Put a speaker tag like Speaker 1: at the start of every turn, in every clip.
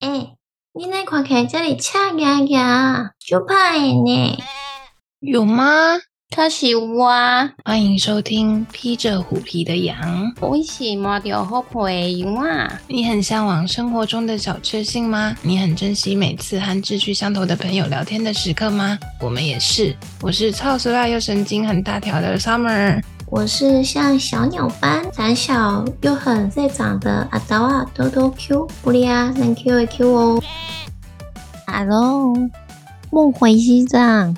Speaker 1: 哎、你那看起来这里赤牙牙，就怕的呢。
Speaker 2: 有吗？
Speaker 1: 可是我，
Speaker 2: 欢迎收听《披着虎皮的羊》。
Speaker 1: 我是摸着好皮的羊啊。
Speaker 2: 你很向往生活中的小确幸吗？你很珍惜每次和志趣相投的朋友聊天的时刻吗？我们也是。我是超时辣又神经很大条的 Summer。
Speaker 1: 我是像小鸟般胆小又很在长的阿达啊，多多 Q 不利啊，能 Q 一 Q 哦。Hello，梦回西藏。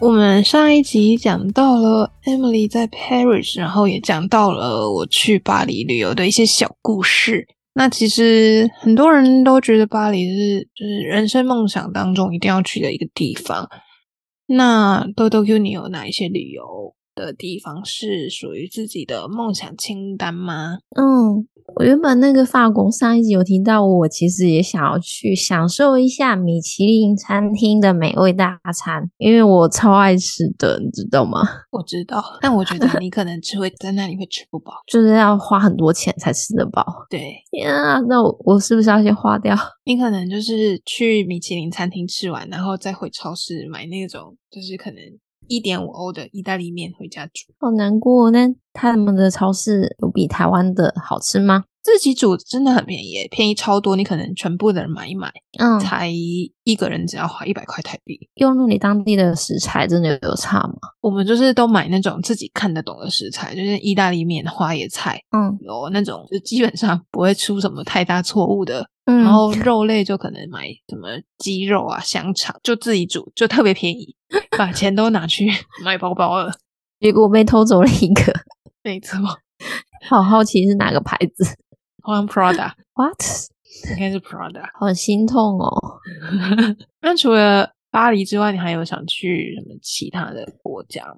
Speaker 2: 我们上一集讲到了 Emily 在 Paris，然后也讲到了我去巴黎旅游的一些小故事。那其实很多人都觉得巴黎是就是人生梦想当中一定要去的一个地方。那豆豆 Q，你有哪一些旅游的地方是属于自己的梦想清单吗？
Speaker 1: 嗯，我原本那个法国上一集有提到，我其实也想要去享受一下米其林餐厅的美味大餐，因为我超爱吃的，你知道吗？
Speaker 2: 我知道，但我觉得你可能只会在那里会吃不饱。
Speaker 1: 就是要花很多钱才吃得饱。
Speaker 2: 对
Speaker 1: 天啊，那我我是不是要先花掉？
Speaker 2: 你可能就是去米其林餐厅吃完，然后再回超市买那种就是可能一点五欧的意大利面回家煮。
Speaker 1: 好难过。那他们的超市有比台湾的好吃吗？
Speaker 2: 自己煮真的很便宜耶，便宜超多。你可能全部的人买一买，
Speaker 1: 嗯，
Speaker 2: 才一个人只要花一百块台币。
Speaker 1: 用那里当地的食材真的有差吗？
Speaker 2: 我们就是都买那种自己看得懂的食材，就是意大利面、花椰菜，
Speaker 1: 嗯
Speaker 2: 有那种就基本上不会出什么太大错误的。
Speaker 1: 嗯，
Speaker 2: 然后肉类就可能买什么鸡肉啊、香肠，就自己煮，就特别便宜，把钱都拿去 买包包了。
Speaker 1: 结果被偷走了一个，
Speaker 2: 没错，
Speaker 1: 好好奇是哪个牌子
Speaker 2: 好像 Prada
Speaker 1: ？What？
Speaker 2: 应该是 Prada。
Speaker 1: 好心痛哦。
Speaker 2: 那除了巴黎之外，你还有想去什么其他的国家吗？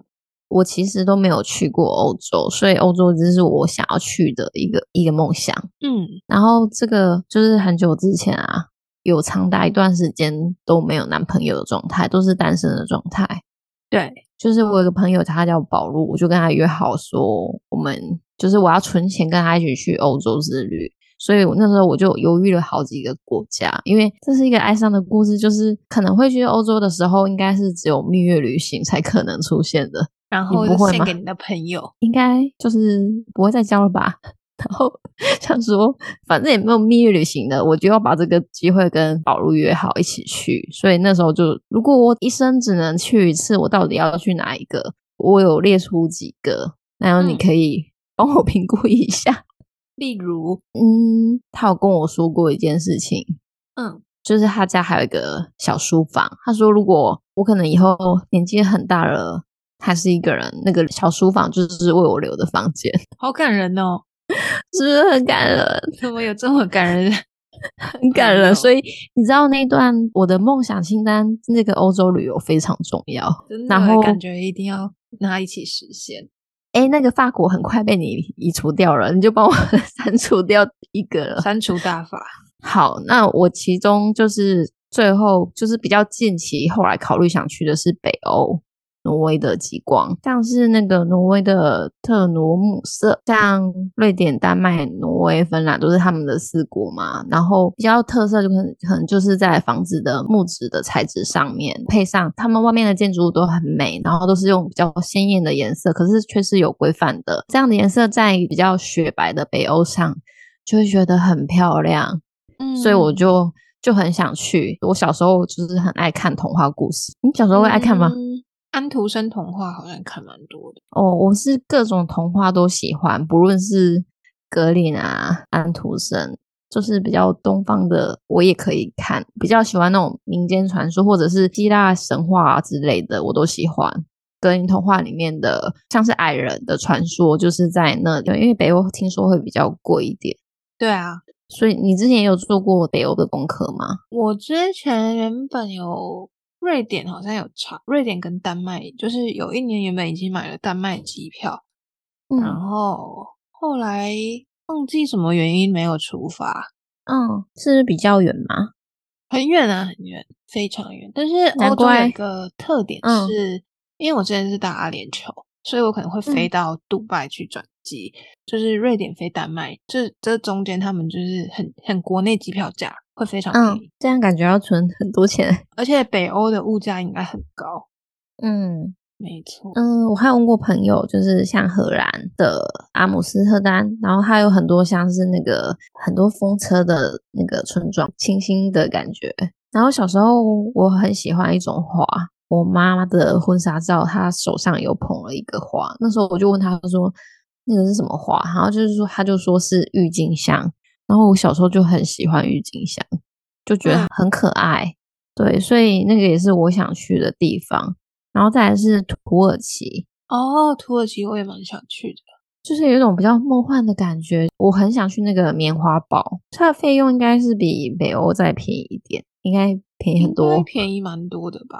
Speaker 1: 我其实都没有去过欧洲，所以欧洲只是我想要去的一个一个梦想。
Speaker 2: 嗯，
Speaker 1: 然后这个就是很久之前啊，有长达一段时间都没有男朋友的状态，都是单身的状态。
Speaker 2: 对，
Speaker 1: 就是我有个朋友，他叫宝路，我就跟他约好说，我们就是我要存钱跟他一起去欧洲之旅。所以我那时候我就犹豫了好几个国家，因为这是一个哀伤的故事，就是可能会去欧洲的时候，应该是只有蜜月旅行才可能出现的。
Speaker 2: 然
Speaker 1: 你
Speaker 2: 后
Speaker 1: 不
Speaker 2: 就
Speaker 1: 会
Speaker 2: 献
Speaker 1: 吗
Speaker 2: 给你的朋友。
Speaker 1: 应该就是不会再交了吧。然后 想说，反正也没有蜜月旅行的，我就要把这个机会跟宝路约好一起去。所以那时候就，如果我一生只能去一次，我到底要去哪一个？我有列出几个，然后你
Speaker 2: 嗯
Speaker 1: 可以帮我 评估一下。
Speaker 2: 例如，
Speaker 1: 嗯，他有跟我说过一件事情，
Speaker 2: 嗯，
Speaker 1: 就是他家还有一个小书房。他说，如果我可能以后年纪很大了，还是一个人，那个小书房就是为我留的房间。
Speaker 2: 好感人哦！
Speaker 1: 是不是很感人？
Speaker 2: 怎么有这么感人的？
Speaker 1: 很感人。
Speaker 2: 有
Speaker 1: 所以你知道那一段我的梦想清单，那个欧洲旅游非常重要。
Speaker 2: 真的
Speaker 1: 然后
Speaker 2: 感觉一定要跟他一起实现。
Speaker 1: 哎，那个法国很快被你移除掉了，你就帮我 删除掉一个了。
Speaker 2: 删除大 法，
Speaker 1: 好，那我其中就是最后就是比较近期，后来考虑想去的是北欧。挪威的极光，像是那个挪威的特罗姆瑟，像瑞典、丹麦、挪威、芬兰都是他们的四国嘛。然后比较特色就可能可能就是在房子的木质的材质上面，配上他们外面的建筑物都很美，然后都是用比较鲜艳的颜色，可是却是有规范的。这样的颜色在比较雪白的北欧上，就会觉得很漂亮。
Speaker 2: 嗯
Speaker 1: 所以我就就很想去。我小时候就是很爱看童话故事，你小时候会爱看吗？
Speaker 2: 嗯安徒生童话好像看蛮多的，
Speaker 1: 哦，我是各种童话都喜欢，不论是格林啊、安徒生，就是比较东方的，我也可以看。比较喜欢那种民间传说或者是希腊神话啊之类的，我都喜欢。格林童话里面的像是矮人的传说，就是在那里，因为北欧听说会比较贵一点。
Speaker 2: 对啊，
Speaker 1: 所以你之前也有做过北欧的功课吗？
Speaker 2: 我之前原本有瑞典，好像有查瑞典跟丹麦，就是有一年原本已经买了丹麦机票，
Speaker 1: 嗯
Speaker 2: 然后后来忘记什么原因没有出发，
Speaker 1: 嗯，是比较远吗？
Speaker 2: 很远啊，很远，非常远。但是
Speaker 1: 难
Speaker 2: 欧洲有
Speaker 1: 怪
Speaker 2: 一个特点
Speaker 1: 嗯
Speaker 2: 是，因为我之前是打阿联酋，所以我可能会
Speaker 1: 嗯
Speaker 2: 飞到杜拜去转机，就是瑞典飞丹麦，这这中间他们就是很很国内机票价，会非常便
Speaker 1: 嗯
Speaker 2: 宜，，
Speaker 1: 这样感觉要存很多钱。
Speaker 2: 而且北欧的物价应该很高。
Speaker 1: 嗯，
Speaker 2: 没错，
Speaker 1: 嗯，我还有问过朋友，就是像荷兰的阿姆斯特丹，然后还有很多像是那个很多风车的那个村庄，清新的感觉。然后小时候我很喜欢一种花，我妈妈的婚纱照，她手上有捧了一个花，那时候我就问她说那个是什么花，然后就是说她就说是郁金香，然后我小时候就很喜欢郁金香，就觉得很可爱。对，所以那个也是我想去的地方。然后再来是土耳其，
Speaker 2: 哦，土耳其我也蛮想去的。
Speaker 1: 就是有一种比较梦幻的感觉。我很想去那个棉花堡，它的费用应该是比北欧再便宜一点，应该便宜很
Speaker 2: 应该
Speaker 1: 多。
Speaker 2: 便宜蛮多的 吧？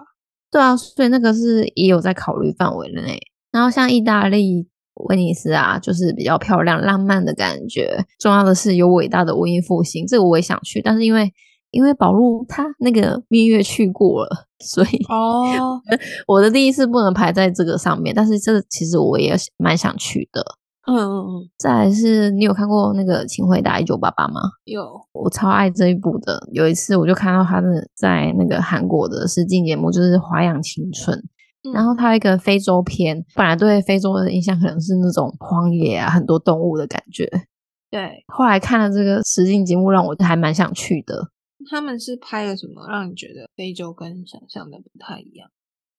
Speaker 1: 对啊，所以那个是也有在考虑范围内。然后像意大利、威尼斯啊，就是比较漂亮、浪漫的感觉。重要的是有伟大的文艺复兴，这个我也想去，但是因为因为宝路他那个蜜月去过了，所以
Speaker 2: 哦，
Speaker 1: 我的第一次不能排在这个上面。但是这个其实我也蛮想去的。
Speaker 2: 嗯嗯嗯，
Speaker 1: 再来是你有看过那个《请回答一九八八》吗？
Speaker 2: 有
Speaker 1: 我超爱这一部的。有一次我就看到他的在那个韩国的实境节目，就是《花样青春》，
Speaker 2: 嗯
Speaker 1: 然后他有一个非洲篇，本来对非洲的印象可能是那种荒野啊，很多动物的感觉。
Speaker 2: 对
Speaker 1: 后来看了这个实境节目，让我还蛮想去的。
Speaker 2: 他们是拍了什么让你觉得非洲跟想象的不太一样？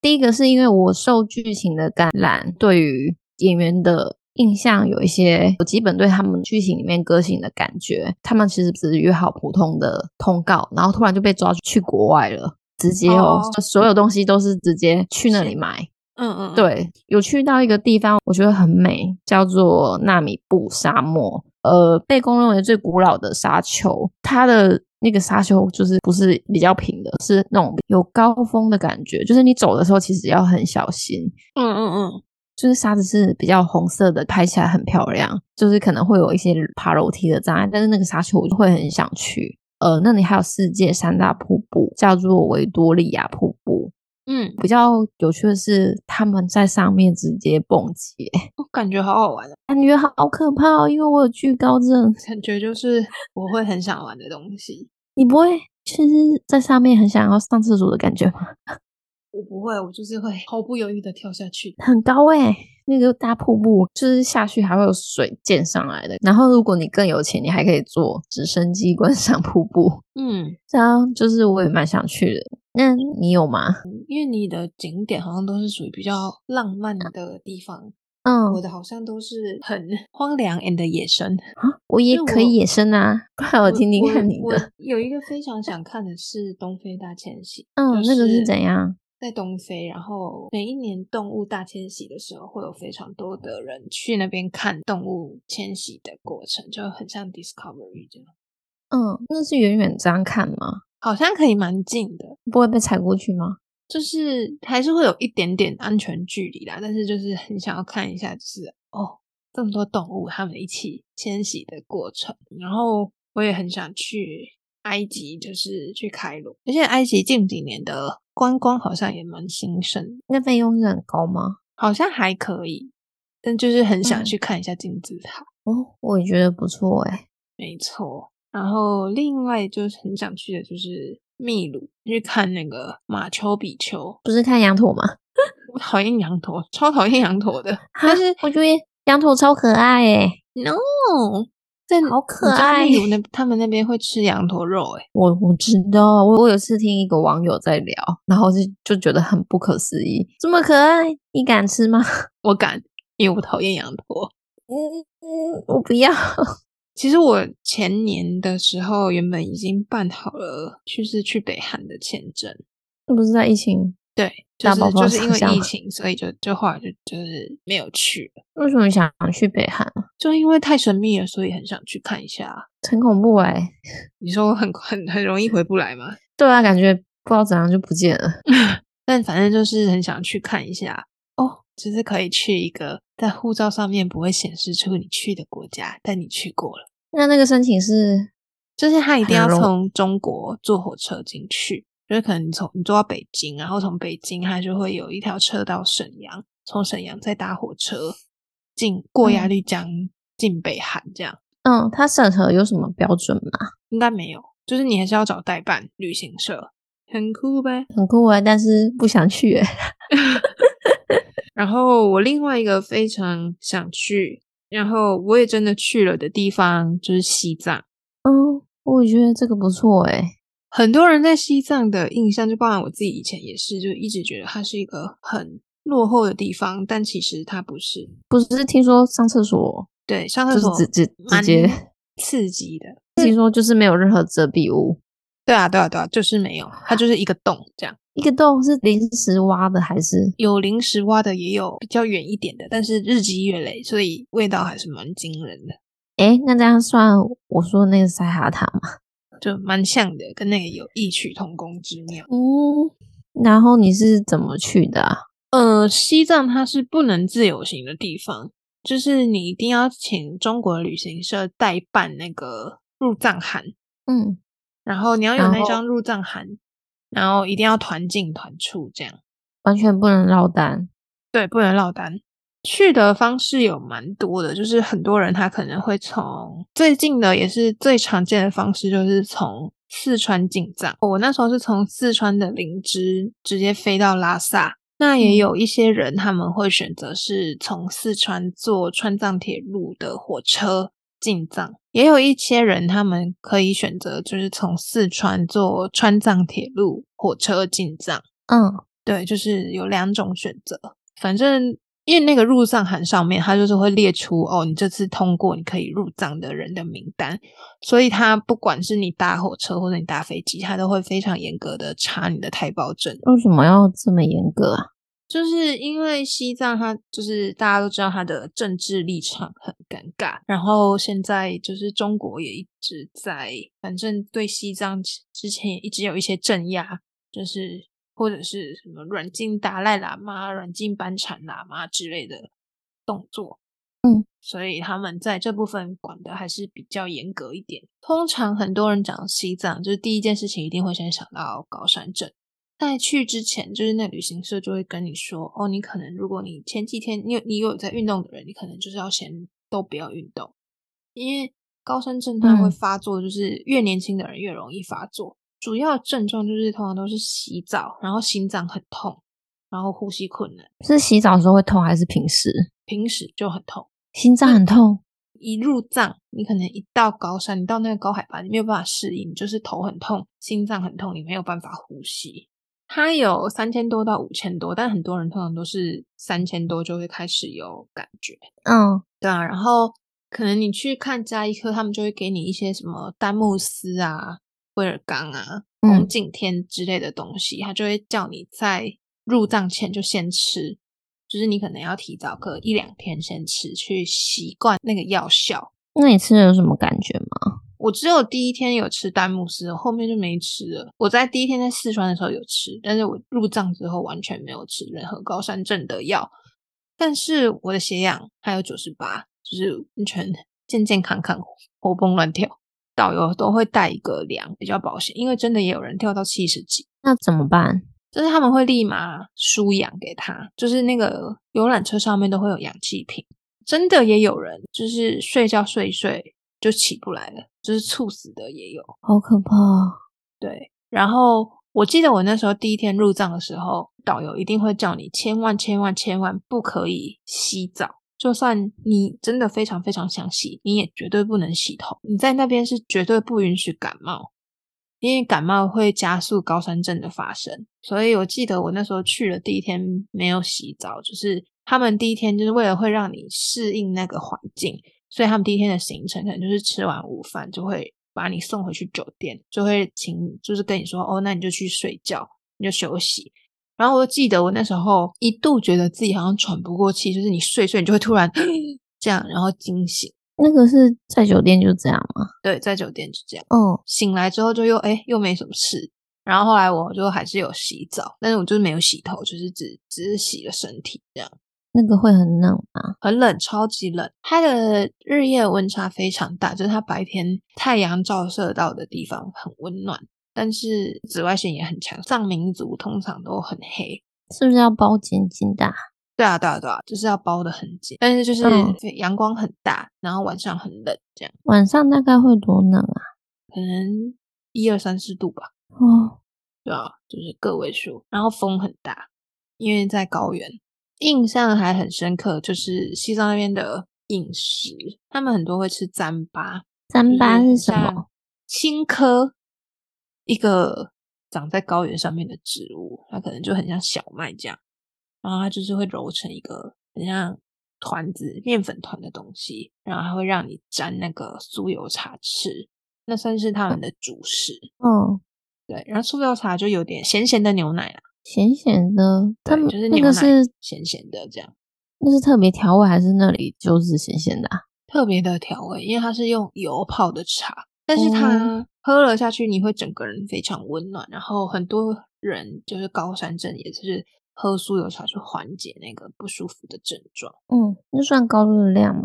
Speaker 1: 第一个是因为我受剧情的感染，对于演员的印象有一些，我基本对他们剧情里面歌星的感觉，他们其实只是约好普通的通告，然后突然就被抓去国外了，直接哦，
Speaker 2: 哦
Speaker 1: 就所有东西都是直接去那里买。
Speaker 2: 嗯嗯，嗯，
Speaker 1: 对，有去到一个地方，我觉得很美，叫做纳米布沙漠，呃，被公认为最古老的沙丘。它的那个沙丘就是不是比较平的，是那种有高峰的感觉，就是你走的时候其实要很小心。
Speaker 2: 嗯嗯嗯，
Speaker 1: 就是沙子是比较红色的，拍起来很漂亮。就是可能会有一些爬楼梯的障碍，但是那个沙丘我就会很想去。呃，那里还有世界三大瀑布，叫做维多利亚瀑布。
Speaker 2: 嗯，
Speaker 1: 比较有趣的是，他们在上面直接蹦极，
Speaker 2: 我感觉好好玩啊，
Speaker 1: 感觉好可怕哦！因为我有惧高症，
Speaker 2: 感觉就是我会很想玩的东西。
Speaker 1: 你不会就是在上面很想要上厕所的感觉吗？
Speaker 2: 我不会，我就是会毫不犹豫的跳下去。
Speaker 1: 很高哎、那个大瀑布就是下去还会有水溅上来的。然后如果你更有钱，你还可以坐直升机观赏瀑布，
Speaker 2: 嗯，
Speaker 1: 这样就是我也蛮想去的。那你有吗？
Speaker 2: 因为你的景点好像都是属于比较浪漫的地方，
Speaker 1: 嗯，
Speaker 2: 我的好像都是很荒凉 and 野生。
Speaker 1: 啊我也
Speaker 2: 因为
Speaker 1: 可以
Speaker 2: 我
Speaker 1: 野生啊，不
Speaker 2: 哦
Speaker 1: 然我听听看你
Speaker 2: 我
Speaker 1: 的。
Speaker 2: 有一个非常想看的是东非大迁徙，
Speaker 1: 嗯，
Speaker 2: 就
Speaker 1: 那个是怎样？
Speaker 2: 在东非，然后每一年动物大迁徙的时候，会有非常多的人去那边看动物迁徙的过程，就很像 Discovery 这样，
Speaker 1: 嗯，那是远远这样看吗？
Speaker 2: 好像可以蛮近的，
Speaker 1: 不会被踩过去吗？
Speaker 2: 就是还是会有一点点安全距离啦，但是就是很想要看一下，就是哦，这么多动物它们一起迁徙的过程。然后我也很想去埃及，就是去开罗，而且埃及近几年的观光好像也蛮兴盛的，
Speaker 1: 那费用是很高吗？
Speaker 2: 好像还可以，但就是很想
Speaker 1: 嗯
Speaker 2: 去看一下金字塔。
Speaker 1: 哦，我也觉得不错哎、
Speaker 2: 没错，然后另外就是很想去的就是秘鲁，去看那个马丘比丘。
Speaker 1: 不是看羊驼 吗？
Speaker 2: 我讨厌羊驼，超讨厌羊驼的。
Speaker 1: 但是我觉得羊驼超可爱哎、
Speaker 2: No，在
Speaker 1: 好哦可爱
Speaker 2: 你知道秘鲁那他们那边会吃羊驼肉、欸，
Speaker 1: 我我知道，我我有次听一个网友在聊，然后就就觉得很不可思议，这么可爱，你敢吃吗？
Speaker 2: 我敢，因为我讨厌羊驼。
Speaker 1: 嗯嗯，我不要。
Speaker 2: 其实我前年的时候，原本已经办好了，就是去北韩的签证，
Speaker 1: 那不是在疫情，
Speaker 2: 对，就
Speaker 1: 大
Speaker 2: 是
Speaker 1: 爆发
Speaker 2: 就是因为
Speaker 1: 上
Speaker 2: 疫
Speaker 1: 吗
Speaker 2: 情，所以就就后来就就是没有去了，
Speaker 1: 为什么想去北韩？啊
Speaker 2: 就因为太神秘了，所以很想去看一下。
Speaker 1: 很恐怖哎、
Speaker 2: 你说很很很容易回不来吗？
Speaker 1: 对啊，感觉不知道怎样就不见了。
Speaker 2: 但反正就是很想去看一下哦，就是可以去一个在护照上面不会显示出你去的国家，但你去过了。
Speaker 1: 那那个申请是
Speaker 2: 就是他一定要
Speaker 1: 很容
Speaker 2: 从中国坐火车进去，就是可能你从你坐到北京，然后从北京它就会有一条车到沈阳，从沈阳再搭火车进过鸭
Speaker 1: 嗯
Speaker 2: 绿江进北韩，这样
Speaker 1: 嗯，它审核有什么标准吗？
Speaker 2: 应该没有。就是你还是要找代办旅行社，很酷呗。
Speaker 1: 很酷啊，但是不想去耶。
Speaker 2: 然后我另外一个非常想去，然后我也真的去了的地方就是西藏。
Speaker 1: 嗯，我也觉得这个不错哎。
Speaker 2: 很多人在西藏的印象，就包含我自己以前也是，就一直觉得它是一个很落后的地方，但其实它不是。
Speaker 1: 不是听说上厕所
Speaker 2: 对，上厕
Speaker 1: 就是
Speaker 2: 所
Speaker 1: 直直直
Speaker 2: 嗯蛮
Speaker 1: 接，
Speaker 2: 刺激的。
Speaker 1: 听说就是没有任何遮蔽物。
Speaker 2: 对啊，对啊，对啊，就是没有，它就是一个洞这样。
Speaker 1: 一个洞是临时挖的还是？
Speaker 2: 有临时挖的，也有比较远一点的，但是日积月累，所以味道还是蛮惊人的，
Speaker 1: 哎，那这样算我说的那个塞哈塔吗？
Speaker 2: 就蛮像的，跟那个有异曲同工之妙。
Speaker 1: 嗯，然后你是怎么去的啊？
Speaker 2: 呃，西藏它是不能自由行的地方，就是你一定要请中国旅行社代办那个入藏函，
Speaker 1: 嗯，
Speaker 2: 然后你要有
Speaker 1: 然
Speaker 2: 那
Speaker 1: 后
Speaker 2: 张入藏函，然后一定要团进团出这样。
Speaker 1: 完全不能落单。
Speaker 2: 对，不能落单。去的方式有蛮多的，就是很多人他可能会从最近的也是最常见的方式，就是从四川进藏。我那时候是从四川的林芝直接飞到拉萨。那也有一些人他们会选择是从四川坐川藏铁路的火车进藏，也有一些人他们可以选择就是从四川坐川藏铁路火车进藏。
Speaker 1: 嗯，
Speaker 2: 对，就是有两种选择。反正因为那个入藏函上面，它就是会列出哦，你这次通过你可以入藏的人的名单，所以它不管是你搭火车或者你搭飞机，它都会非常严格的查你的台胞证。
Speaker 1: 为什么要这么严格啊？
Speaker 2: 就是因为西藏它就是大家都知道它的政治立场很尴尬，然后现在就是中国也一直在，反正对西藏之之前也一直有一些镇压，就是或者是什么软禁达赖喇嘛、软禁班禅喇嘛之类的动作。
Speaker 1: 嗯，
Speaker 2: 所以他们在这部分管的还是比较严格一点。通常很多人讲到西藏，就是第一件事情一定会先想到高山症。在去之前，就是那旅行社就会跟你说，哦，你可能如果你前几天你有你有在运动的人，你可能就是要先都不要运动，因为高山症它会
Speaker 1: 嗯
Speaker 2: 发作，就是越年轻的人越容易发作。主要症状就是通常都是洗澡，然后心脏很痛，然后呼吸困难，
Speaker 1: 是洗澡的时候会痛还是平时？
Speaker 2: 平时就很痛。
Speaker 1: 心脏很痛，
Speaker 2: 一入藏，你可能一到高山，你到那个高海拔，你没有办法适应，就是头很痛，心脏很痛，你没有办法呼吸。它有三千多到五千多，但很多人通常都是三千多就会开始有感觉。
Speaker 1: 嗯，
Speaker 2: 对啊，然后可能你去看加医科，他们就会给你一些什么丹木斯啊、威尔刚啊、
Speaker 1: 嗯
Speaker 2: 红景天之类的东西，他就会叫你在入藏前就先吃，就是你可能要提早个一两天先吃，去习惯那个药效。
Speaker 1: 那你吃了有什么感觉吗？
Speaker 2: 我只有第一天有吃丹木斯，后面就没吃了。我在第一天在四川的时候有吃，但是我入藏之后完全没有吃任何高山症的药。但是我的血氧还有九十八，就是完全健健康康、活蹦乱跳。导游都会带一个量比较保险，因为真的也有人跳到七十几，
Speaker 1: 那怎么办？
Speaker 2: 就是他们会立马输氧给他，就是那个游览车上面都会有氧气瓶。真的也有人就是睡觉睡一睡就起不来了，就是猝死的也有。
Speaker 1: 好可怕哦！
Speaker 2: 对，然后我记得我那时候第一天入藏的时候，导游一定会叫你千万千万千万不可以洗澡，就算你真的非常非常想洗，你也绝对不能洗头。你在那边是绝对不允许感冒，因为感冒会加速高山症的发生。所以我记得我那时候去了第一天没有洗澡，就是他们第一天就是为了会让你适应那个环境，所以他们第一天的行程可能就是吃完午饭就会把你送回去酒店，就会请就是跟你说哦，那你就去睡觉，你就休息。然后我就记得我那时候一度觉得自己好像喘不过气，就是你睡睡你就会突然 这样，然后惊醒。
Speaker 1: 那个是在酒店就这样吗？
Speaker 2: 对，在酒店就这样。
Speaker 1: 嗯，
Speaker 2: 醒来之后就又哎、又没什么事。然后后来我就还是有洗澡，但是我就是没有洗头，就是只只是洗了身体这样。
Speaker 1: 那个会很冷吗？
Speaker 2: 很冷，超级冷。它的日夜温差非常大，就是它白天太阳照射到的地方很温暖，但是紫外线也很强。藏民族通常都很黑，
Speaker 1: 是不是要包紧紧的啊？
Speaker 2: 对啊，对啊，对啊，就是要包的很紧，但是就是
Speaker 1: 嗯
Speaker 2: 阳光很大，然后晚上很冷，这样
Speaker 1: 晚上大概会多冷啊？
Speaker 2: 可能一二三四度吧，
Speaker 1: 哦，
Speaker 2: 对啊，就是个位数，然后风很大，因为在高原。印象还很深刻，就是西藏那边的饮食，他们很多会吃糌粑，
Speaker 1: 三八
Speaker 2: 就是
Speaker 1: 什么？
Speaker 2: 像青稞，一个长在高原上面的植物，它可能就很像小麦这样，然后它就是会揉成一个很像团子、面粉团的东西，然后它会让你沾那个酥油茶吃，那算是他们的主食。
Speaker 1: 嗯，
Speaker 2: 对，然后酥油茶就有点咸咸的牛奶啦，
Speaker 1: 咸咸的，他
Speaker 2: 对
Speaker 1: 们
Speaker 2: 就是
Speaker 1: 那
Speaker 2: 牛
Speaker 1: 个
Speaker 2: 奶
Speaker 1: 是
Speaker 2: 咸咸的这样。
Speaker 1: 那是特别调味还是那里就是咸咸的啊？
Speaker 2: 特别的调味，因为它是用油泡的茶，但是它喝了下去，你会整个人非常温暖。然后很多人就是高山症，也就是喝酥油茶去缓解那个不舒服的症状。
Speaker 1: 嗯，那算高热量吗？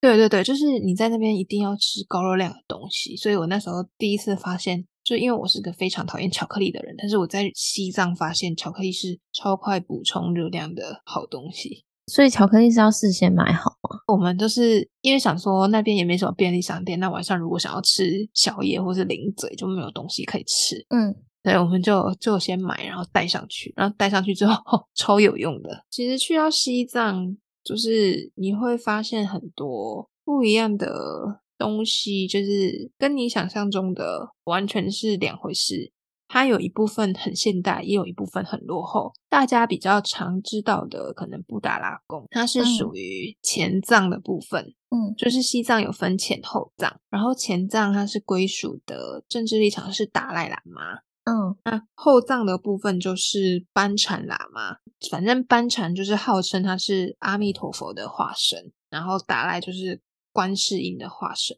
Speaker 2: 对对对，就是你在那边一定要吃高热量的东西。所以我那时候第一次发现，就因为我是个非常讨厌巧克力的人，但是我在西藏发现巧克力是超快补充热量的好东西。
Speaker 1: 所以巧克力是要事先买好吗？
Speaker 2: 我们就是因为想说那边也没什么便利商店，那晚上如果想要吃宵夜或是零嘴就没有东西可以吃，
Speaker 1: 嗯，
Speaker 2: 对，我们就就先买，然后带上去，然后带上去之后、 超有用的。其实去到西藏，就是你会发现很多不一样的东西，就是跟你想象中的完全是两回事。它有一部分很现代，也有一部分很落后。大家比较常知道的，可能布达拉宫，它是
Speaker 1: 嗯
Speaker 2: 属于前藏的部分。
Speaker 1: 嗯
Speaker 2: 就是西藏有分前后藏，然后前藏它是归属的政治立场是达赖喇嘛，
Speaker 1: 嗯
Speaker 2: 那后藏的部分就是班禅喇嘛，反正班禅就是号称他是阿弥陀佛的化身，然后达赖就是观世音的化身，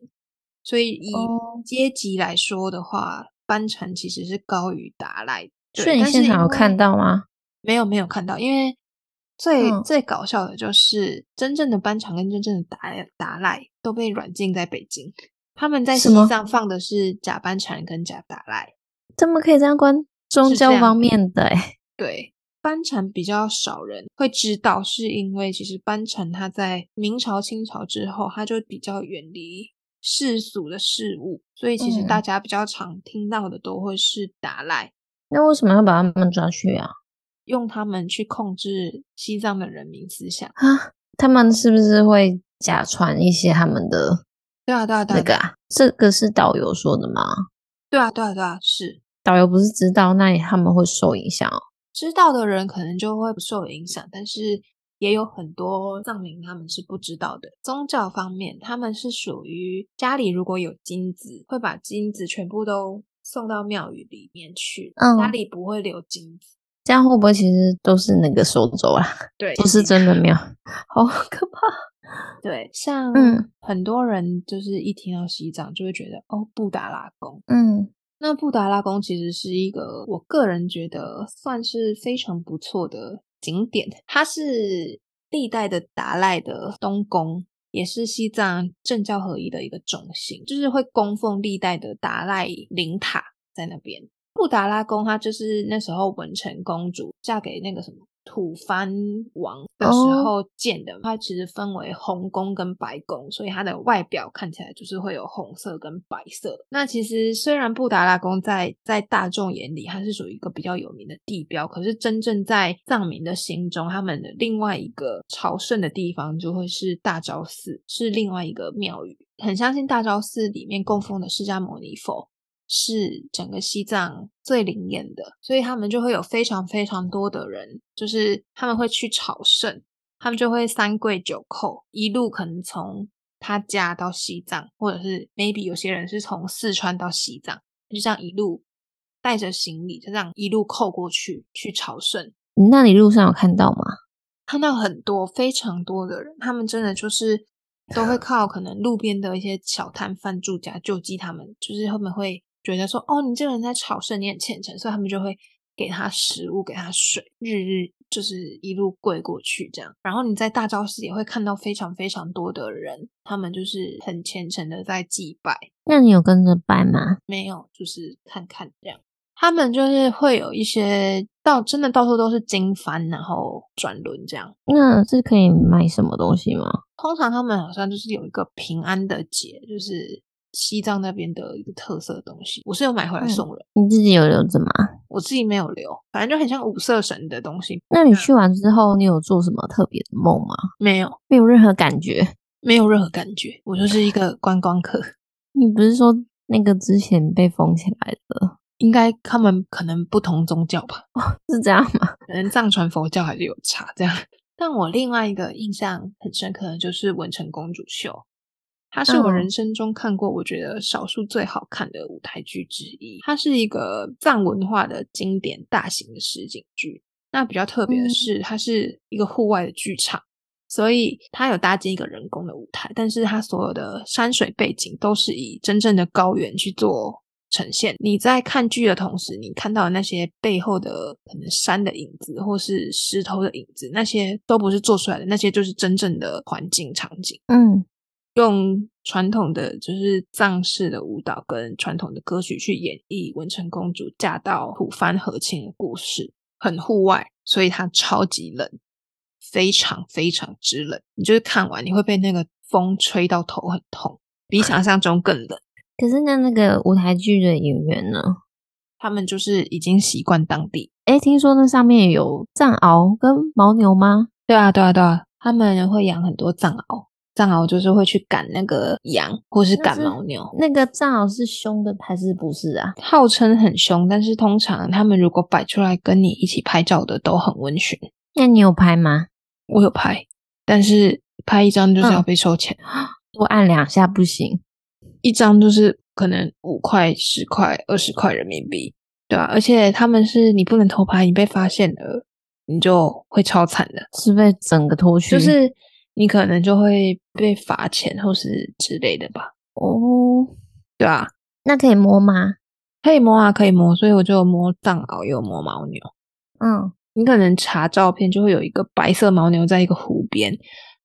Speaker 2: 所以以
Speaker 1: 哦
Speaker 2: 阶级来说的话，班禅其实是高于达赖的。对
Speaker 1: 所以你
Speaker 2: 但是
Speaker 1: 现场有
Speaker 2: 因为
Speaker 1: 看到吗？
Speaker 2: 没有没有看到，因为最、
Speaker 1: 嗯
Speaker 2: 最搞笑的就是真正的班长跟真正的达达赖都被软禁在北京。他们在
Speaker 1: 什
Speaker 2: 西
Speaker 1: 么
Speaker 2: 藏放的是假班禅跟假达赖，
Speaker 1: 怎么可以这样关宗
Speaker 2: 是这
Speaker 1: 教
Speaker 2: 样
Speaker 1: 方
Speaker 2: 的
Speaker 1: 面的、欸？
Speaker 2: 对。班禅比较少人会知道，是因为其实班禅他在明朝、清朝之后，他就比较远离世俗的事物，所以其实
Speaker 1: 嗯
Speaker 2: 大家比较常听到的都会是达赖，
Speaker 1: 那为什么要把他们抓去啊？
Speaker 2: 用他们去控制西藏的人民思想。
Speaker 1: 啊，他们是不是会假传一些他们的
Speaker 2: 对啊，对啊，对啊，
Speaker 1: 那个啊？这个是导游说的吗？
Speaker 2: 对啊，对啊，对啊，是
Speaker 1: 导游不是知道，那他们会受影响哦。
Speaker 2: 知道的人可能就会不受影响，但是也有很多藏民他们是不知道的。宗教方面，他们是属于家里如果有金子，会把金子全部都送到庙宇里面去，
Speaker 1: 嗯
Speaker 2: 家里不会留金子。
Speaker 1: 这样会不会其实都是那个收走啊啦？
Speaker 2: 对，
Speaker 1: 不是真的没有， 好可怕。
Speaker 2: 对，像
Speaker 1: 嗯
Speaker 2: 很多人就是一听到西藏就会觉得哦，布达拉宫。
Speaker 1: 嗯
Speaker 2: 那布达拉宫其实是一个我个人觉得算是非常不错的景点，它是历代的达赖的东宫，也是西藏政教合一的一个中心，就是会供奉历代的达赖灵塔在那边。布达拉宫它就是那时候文成公主嫁给那个什么。吐蕃王的时候建的它其实分为红宫跟白宫，所以它的外表看起来就是会有红色跟白色。那其实虽然布达拉宫在在大众眼里它是属于一个比较有名的地标，可是真正在藏民的心中，他们的另外一个朝圣的地方就会是大昭寺，是另外一个庙宇。很相信大昭寺里面供奉的释迦牟尼佛，是整个西藏最灵验的，所以他们就会有非常非常多的人，就是他们会去朝圣，他们就会三跪九叩，一路可能从他家到西藏，或者是 maybe 有些人是从四川到西藏，就这样一路带着行李，就这样一路扣过去去朝圣。
Speaker 1: 你那你路上有看到吗？
Speaker 2: 看到很多非常多的人，他们真的就是都会靠可能路边的一些小摊贩住家救济他们，就是他们会觉得说，哦，你这个人在朝圣，你很虔诚，所以他们就会给他食物，给他水，日日就是一路跪过去这样。然后你在大昭寺也会看到非常非常多的人，他们就是很虔诚的在祭拜，
Speaker 1: 那你有跟着拜吗？
Speaker 2: 没有，就是看看这样。他们就是会有一些到真的到处都是经幡，然后转轮这样。
Speaker 1: 那是可以买什么东西吗？
Speaker 2: 通常他们好像就是有一个平安的节，就是西藏那边的一个特色的东西，我是有买回来
Speaker 1: 嗯
Speaker 2: 送人，
Speaker 1: 你自己有留着吗？
Speaker 2: 我自己没有留，反正就很像五色神的东西，
Speaker 1: 那你去完之后，你有做什么特别的梦吗？
Speaker 2: 没有
Speaker 1: 没有任何感觉。
Speaker 2: 没有任何感觉，我就是一个观光客。
Speaker 1: 你不是说那个之前被封起来的，
Speaker 2: 应该他们可能不同宗教吧，
Speaker 1: 是这样吗？
Speaker 2: 可能藏传佛教还是有差这样。 但我另外一个印象很深刻的就是《文成公主秀》，它是我
Speaker 1: 嗯
Speaker 2: 人生中看过我觉得少数最好看的舞台剧之一。它是一个藏文化的经典大型的实景剧。那比较特别的是，它是一个户外的剧场，所以它有搭建一个人工的舞台，但是它所有的山水背景都是以真正的高原去做呈现。你在看剧的同时，你看到的那些背后的可能山的影子，或是石头的影子，那些都不是做出来的，那些就是真正的环境场景。
Speaker 1: 嗯，
Speaker 2: 用传统的就是藏式的舞蹈跟传统的歌曲去演绎文成公主嫁到吐蕃和亲的故事，很户外，所以它超级冷，非常非常之冷。你就是看完你会被那个风吹到头很痛，比想象中更冷。
Speaker 1: 可是那那个舞台剧的演员呢？
Speaker 2: 他们就是已经习惯当地。
Speaker 1: 诶，听说那上面有藏獒跟牦牛吗？
Speaker 2: 对啊，对啊，对啊，他们会养很多藏獒，藏獒就是会去赶那个羊或是赶
Speaker 1: 但是
Speaker 2: 牦牛。
Speaker 1: 那个藏獒是凶的还是不是啊？
Speaker 2: 号称很凶，但是通常他们如果摆出来跟你一起拍照的都很温驯。
Speaker 1: 那你有拍吗？
Speaker 2: 我有拍，但是拍一张就是要
Speaker 1: 嗯
Speaker 2: 被收钱，啊
Speaker 1: 多按两下不行。
Speaker 2: 一张就是可能五块、十块、二十块人民币，对啊，而且他们是你不能偷拍，你被发现了你就会超惨的，
Speaker 1: 是被整个拖去，
Speaker 2: 就是你可能就会被罚钱或是之类的吧，
Speaker 1: 哦，
Speaker 2: 对啊，
Speaker 1: 那可以摸吗？
Speaker 2: 可以摸啊，可以摸，所以我就有摸藏獒，也有摸牦牛。
Speaker 1: 嗯，
Speaker 2: 你可能查照片就会有一个白色牦牛在一个湖边，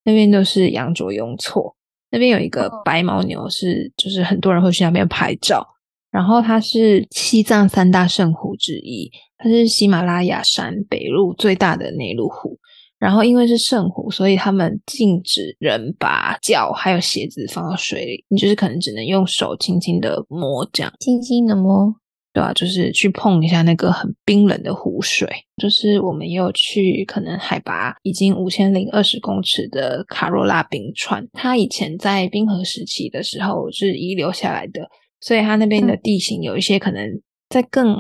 Speaker 2: 那边都是羊卓雍措，那边有一个
Speaker 1: 哦
Speaker 2: 白牦牛是就是很多人会去那边拍照，然后它是西藏三大圣湖之一，它是喜马拉雅山北麓最大的内陆湖。然后因为是圣湖，所以他们禁止人把脚还有鞋子放到水里，你就是可能只能用手轻轻的摸这样。
Speaker 1: 轻轻的摸。
Speaker 2: 对啊，就是去碰一下那个很冰冷的湖水。就是我们也有去，可能海拔已经五千零二十公尺的卡罗拉冰川，它以前在冰河时期的时候是遗留下来的，所以它那边的
Speaker 1: 嗯
Speaker 2: 地形有一些可能在更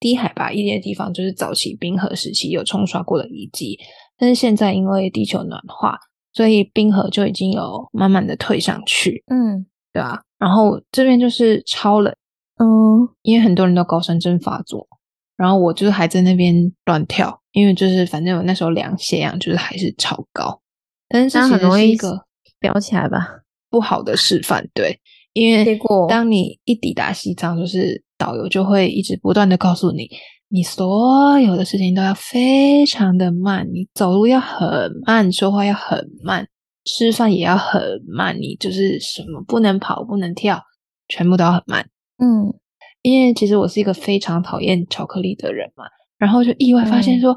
Speaker 2: 低海拔一点的地方，就是早期冰河时期有冲刷过的遗迹。但是现在因为地球暖化，所以冰河就已经有慢慢的退上去，
Speaker 1: 嗯
Speaker 2: 对啊。然后这边就是超冷。
Speaker 1: 嗯，
Speaker 2: 因为很多人都高山症发作，然后我就是还在那边乱跳，因为就是反正我那时候量血氧就是还是超高，但是这
Speaker 1: 这样
Speaker 2: 其
Speaker 1: 很
Speaker 2: 实
Speaker 1: 容
Speaker 2: 是
Speaker 1: 易
Speaker 2: 一个
Speaker 1: 飙起来吧。
Speaker 2: 不好的示范，对，因为
Speaker 1: 结果
Speaker 2: 当你一抵达西藏，就是导游就会一直不断的告诉你，你所有的事情都要非常的慢，你走路要很慢，说话要很慢，吃饭也要很慢，你就是什么不能跑，不能跳，全部都要很慢。
Speaker 1: 嗯，
Speaker 2: 因为其实我是一个非常讨厌巧克力的人嘛，然后就意外发现说，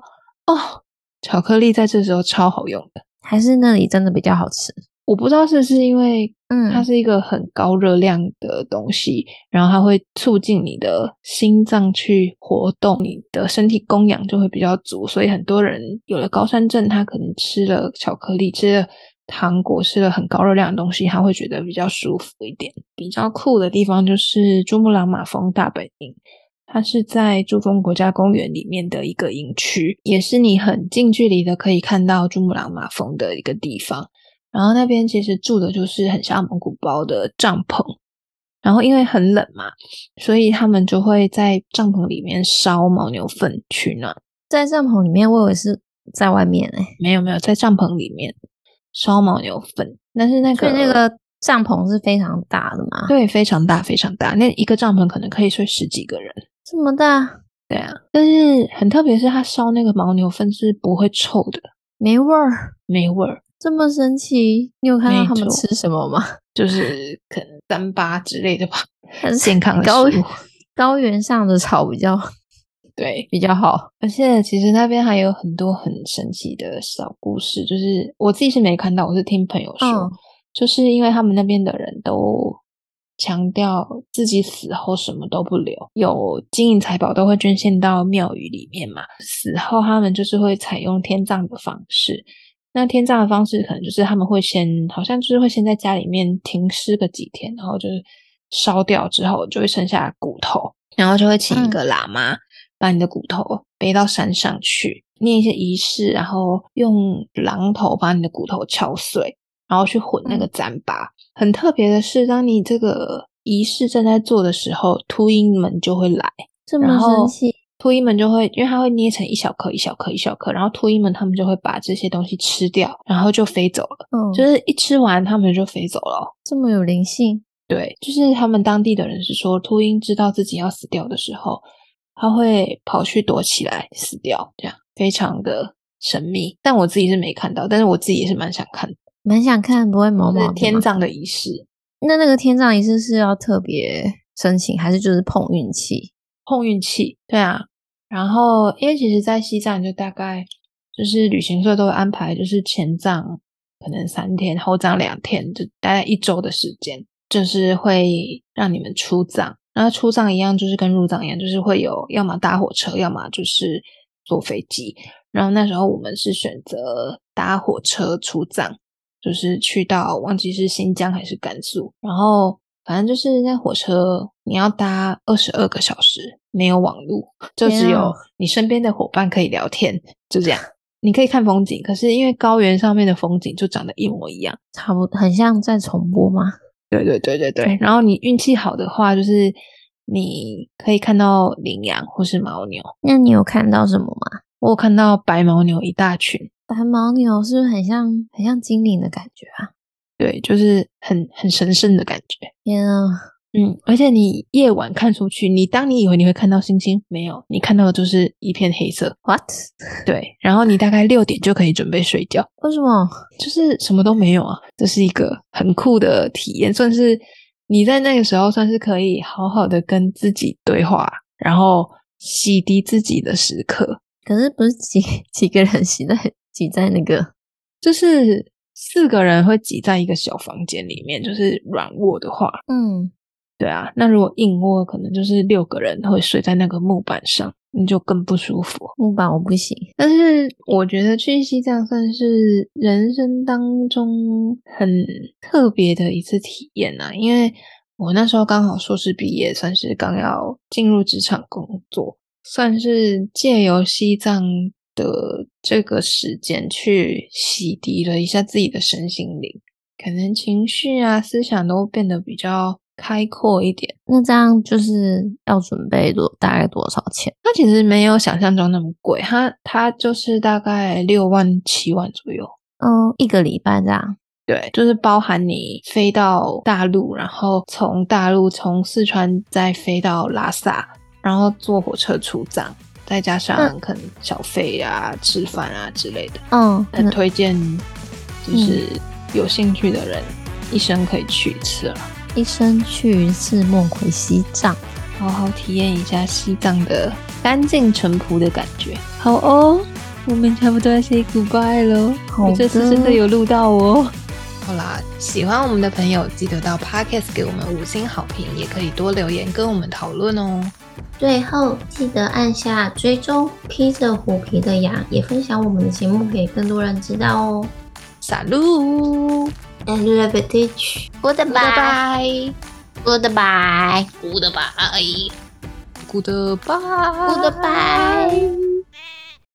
Speaker 2: 哦，巧克力在这时候超好用的。
Speaker 1: 还是那里真的比较好吃。
Speaker 2: 我不知道是不是因为
Speaker 1: 嗯，
Speaker 2: 它是一个很高热量的东西，然后它会促进你的心脏去活动，你的身体供氧就会比较足，所以很多人有了高山症，他可能吃了巧克力，吃了糖果，吃了很高热量的东西，他会觉得比较舒服一点。比较酷的地方就是珠穆朗玛峰大本营。它是在珠峰国家公园里面的一个营区，也是你很近距离的可以看到珠穆朗玛峰的一个地方。然后那边其实住的就是很像蒙古包的帐篷，然后因为很冷嘛，所以他们就会在帐篷里面烧牦牛粪取暖。
Speaker 1: 在帐篷里面，我以为是在外面诶、
Speaker 2: 没有没有，在帐篷里面烧牦牛粪，但是那
Speaker 1: 所
Speaker 2: 个
Speaker 1: 以那个帐篷是非常大的嘛，
Speaker 2: 对非常大非常大，那一个帐篷可能可以睡十几个人。
Speaker 1: 这么大
Speaker 2: 对啊，但是很特别是它烧那个牦牛粪是不会臭的，
Speaker 1: 没味儿，
Speaker 2: 没味儿，
Speaker 1: 这么神奇。你有看到
Speaker 2: 没
Speaker 1: 他们
Speaker 2: 错
Speaker 1: 吃什 么吗？
Speaker 2: 就是可能糌粑之类的吧，
Speaker 1: 还是
Speaker 2: 健康的
Speaker 1: 高
Speaker 2: 食物。
Speaker 1: 高原上的草比较
Speaker 2: 对，
Speaker 1: 比较好。
Speaker 2: 而且其实那边还有很多很神奇的小故事，就是我自己是没看到，我是听朋友说，
Speaker 1: 嗯
Speaker 2: 就是因为他们那边的人都强调自己死后什么都不留，有金银财宝都会捐献到庙宇里面嘛。死后他们就是会采用天葬的方式。那天葬的方式可能就是他们会先，好像就是会先在家里面停尸个几天，然后就是烧掉之后就会剩下骨头，然后就会请一个喇嘛把你的骨头背到山上去，念一些仪式，然后用榔头把你的骨头敲碎，然后去混那个糌粑。很特别的是，当你这个仪式正在做的时候，秃鹰们就会来，
Speaker 1: 这
Speaker 2: 然
Speaker 1: 么
Speaker 2: 后
Speaker 1: 生气，
Speaker 2: 秃鹰们就会，因为它会捏成一小颗、一小颗、一小颗，然后秃鹰们他们就会把这些东西吃掉，然后就飞走了。
Speaker 1: 嗯，
Speaker 2: 就是一吃完，他们就飞走了。
Speaker 1: 这么有灵性，
Speaker 2: 对，就是他们当地的人是说，秃鹰知道自己要死掉的时候，它会跑去躲起来死掉，这样非常的神秘。但我自己是没看到，但是我自己也是蛮想看的，
Speaker 1: 蛮想看，不会毛
Speaker 2: 就
Speaker 1: 毛
Speaker 2: 是
Speaker 1: 的
Speaker 2: 天
Speaker 1: 吗
Speaker 2: 葬的仪式。
Speaker 1: 那那个天葬仪式是要特别申请，还是就是碰运气？
Speaker 2: 碰运气。对啊，然后因为其实，在西藏就大概就是旅行社都会安排，就是前藏可能三天，后藏两天，就大概一周的时间，就是会让你们出藏。然后出藏一样，就是跟入藏一样，就是会有要么搭火车，要么就是坐飞机。然后那时候我们是选择搭火车出藏，就是去到忘记是新疆还是甘肃，然后反正就是那火车你要搭二十二个小时，没有网路，就
Speaker 1: 天啊
Speaker 2: 只有你身边的伙伴可以聊天，就这样。你可以看风景，可是因为高原上面的风景就长得一模一样。
Speaker 1: 差不多，很像在重播吗？
Speaker 2: 对对对对对
Speaker 1: 对。
Speaker 2: 然后你运气好的话，就是你可以看到羚羊或是牦牛。
Speaker 1: 那你有看到什么吗？
Speaker 2: 我有看到白牦牛一大群，
Speaker 1: 白牦牛是不是很像很像精灵的感觉啊？
Speaker 2: 对，就是很很神圣的感觉。
Speaker 1: 天啊，
Speaker 2: 嗯，而且你夜晚看出去，你当你以为你会看到星星，没有，你看到的就是一片黑色。
Speaker 1: ，what？
Speaker 2: 对，然后你大概六点就可以准备睡觉，
Speaker 1: 为什么？
Speaker 2: 就是什么都没有啊，这是一个很酷的体验，算是你在那个时候算是可以好好的跟自己对话，然后洗涤自己的时刻，
Speaker 1: 可是不是几 几个人挤在挤在那个？
Speaker 2: 就是。四个人会挤在一个小房间里面，就是软卧的话，
Speaker 1: 嗯，
Speaker 2: 对啊，那如果硬卧，可能就是六个人会睡在那个木板上，你就更不舒服。
Speaker 1: 木板我不行。
Speaker 2: 但是我觉得去西藏算是人生当中很特别的一次体验啊，因为我那时候刚好硕士毕业，算是刚要进入职场工作，算是借由西藏的这个时间去洗涤了一下自己的身心灵，可能情绪啊、思想都变得比较开阔一点。
Speaker 1: 那这样就是要准备多大概多少钱？
Speaker 2: 它其实没有想象中那么贵，它它就是大概六万七万左右。
Speaker 1: 嗯，一个礼拜这样。
Speaker 2: 对，就是包含你飞到大陆，然后从大陆从四川再飞到拉萨，然后坐火车出藏，再加上
Speaker 1: 嗯
Speaker 2: 可能小费啊、吃饭啊之类的，
Speaker 1: 嗯，
Speaker 2: 很
Speaker 1: 那
Speaker 2: 推荐，就是有兴趣的人一生可以去一次了，
Speaker 1: 一生去一次梦回西藏。
Speaker 2: 好好体验一下西藏的干净淳朴的感觉。好哦，我们差不多要 say goodbye 喽。
Speaker 1: 好
Speaker 2: 我这次
Speaker 1: 的
Speaker 2: 哦真的有录到哦。好啦，喜欢我们的朋友记得到 Podcast 给我们五星好评，也可以多留言跟我们讨论哦。
Speaker 3: 最后记得按下追踪，披着虎皮的羊也分享我们的节目给更多人知道哦。
Speaker 2: 撒路，
Speaker 3: And l e v e t a g e Goodbye.
Speaker 2: 拜
Speaker 3: Goodbye.
Speaker 2: ，Goodbye，Goodbye，Goodbye。
Speaker 3: Goodbye.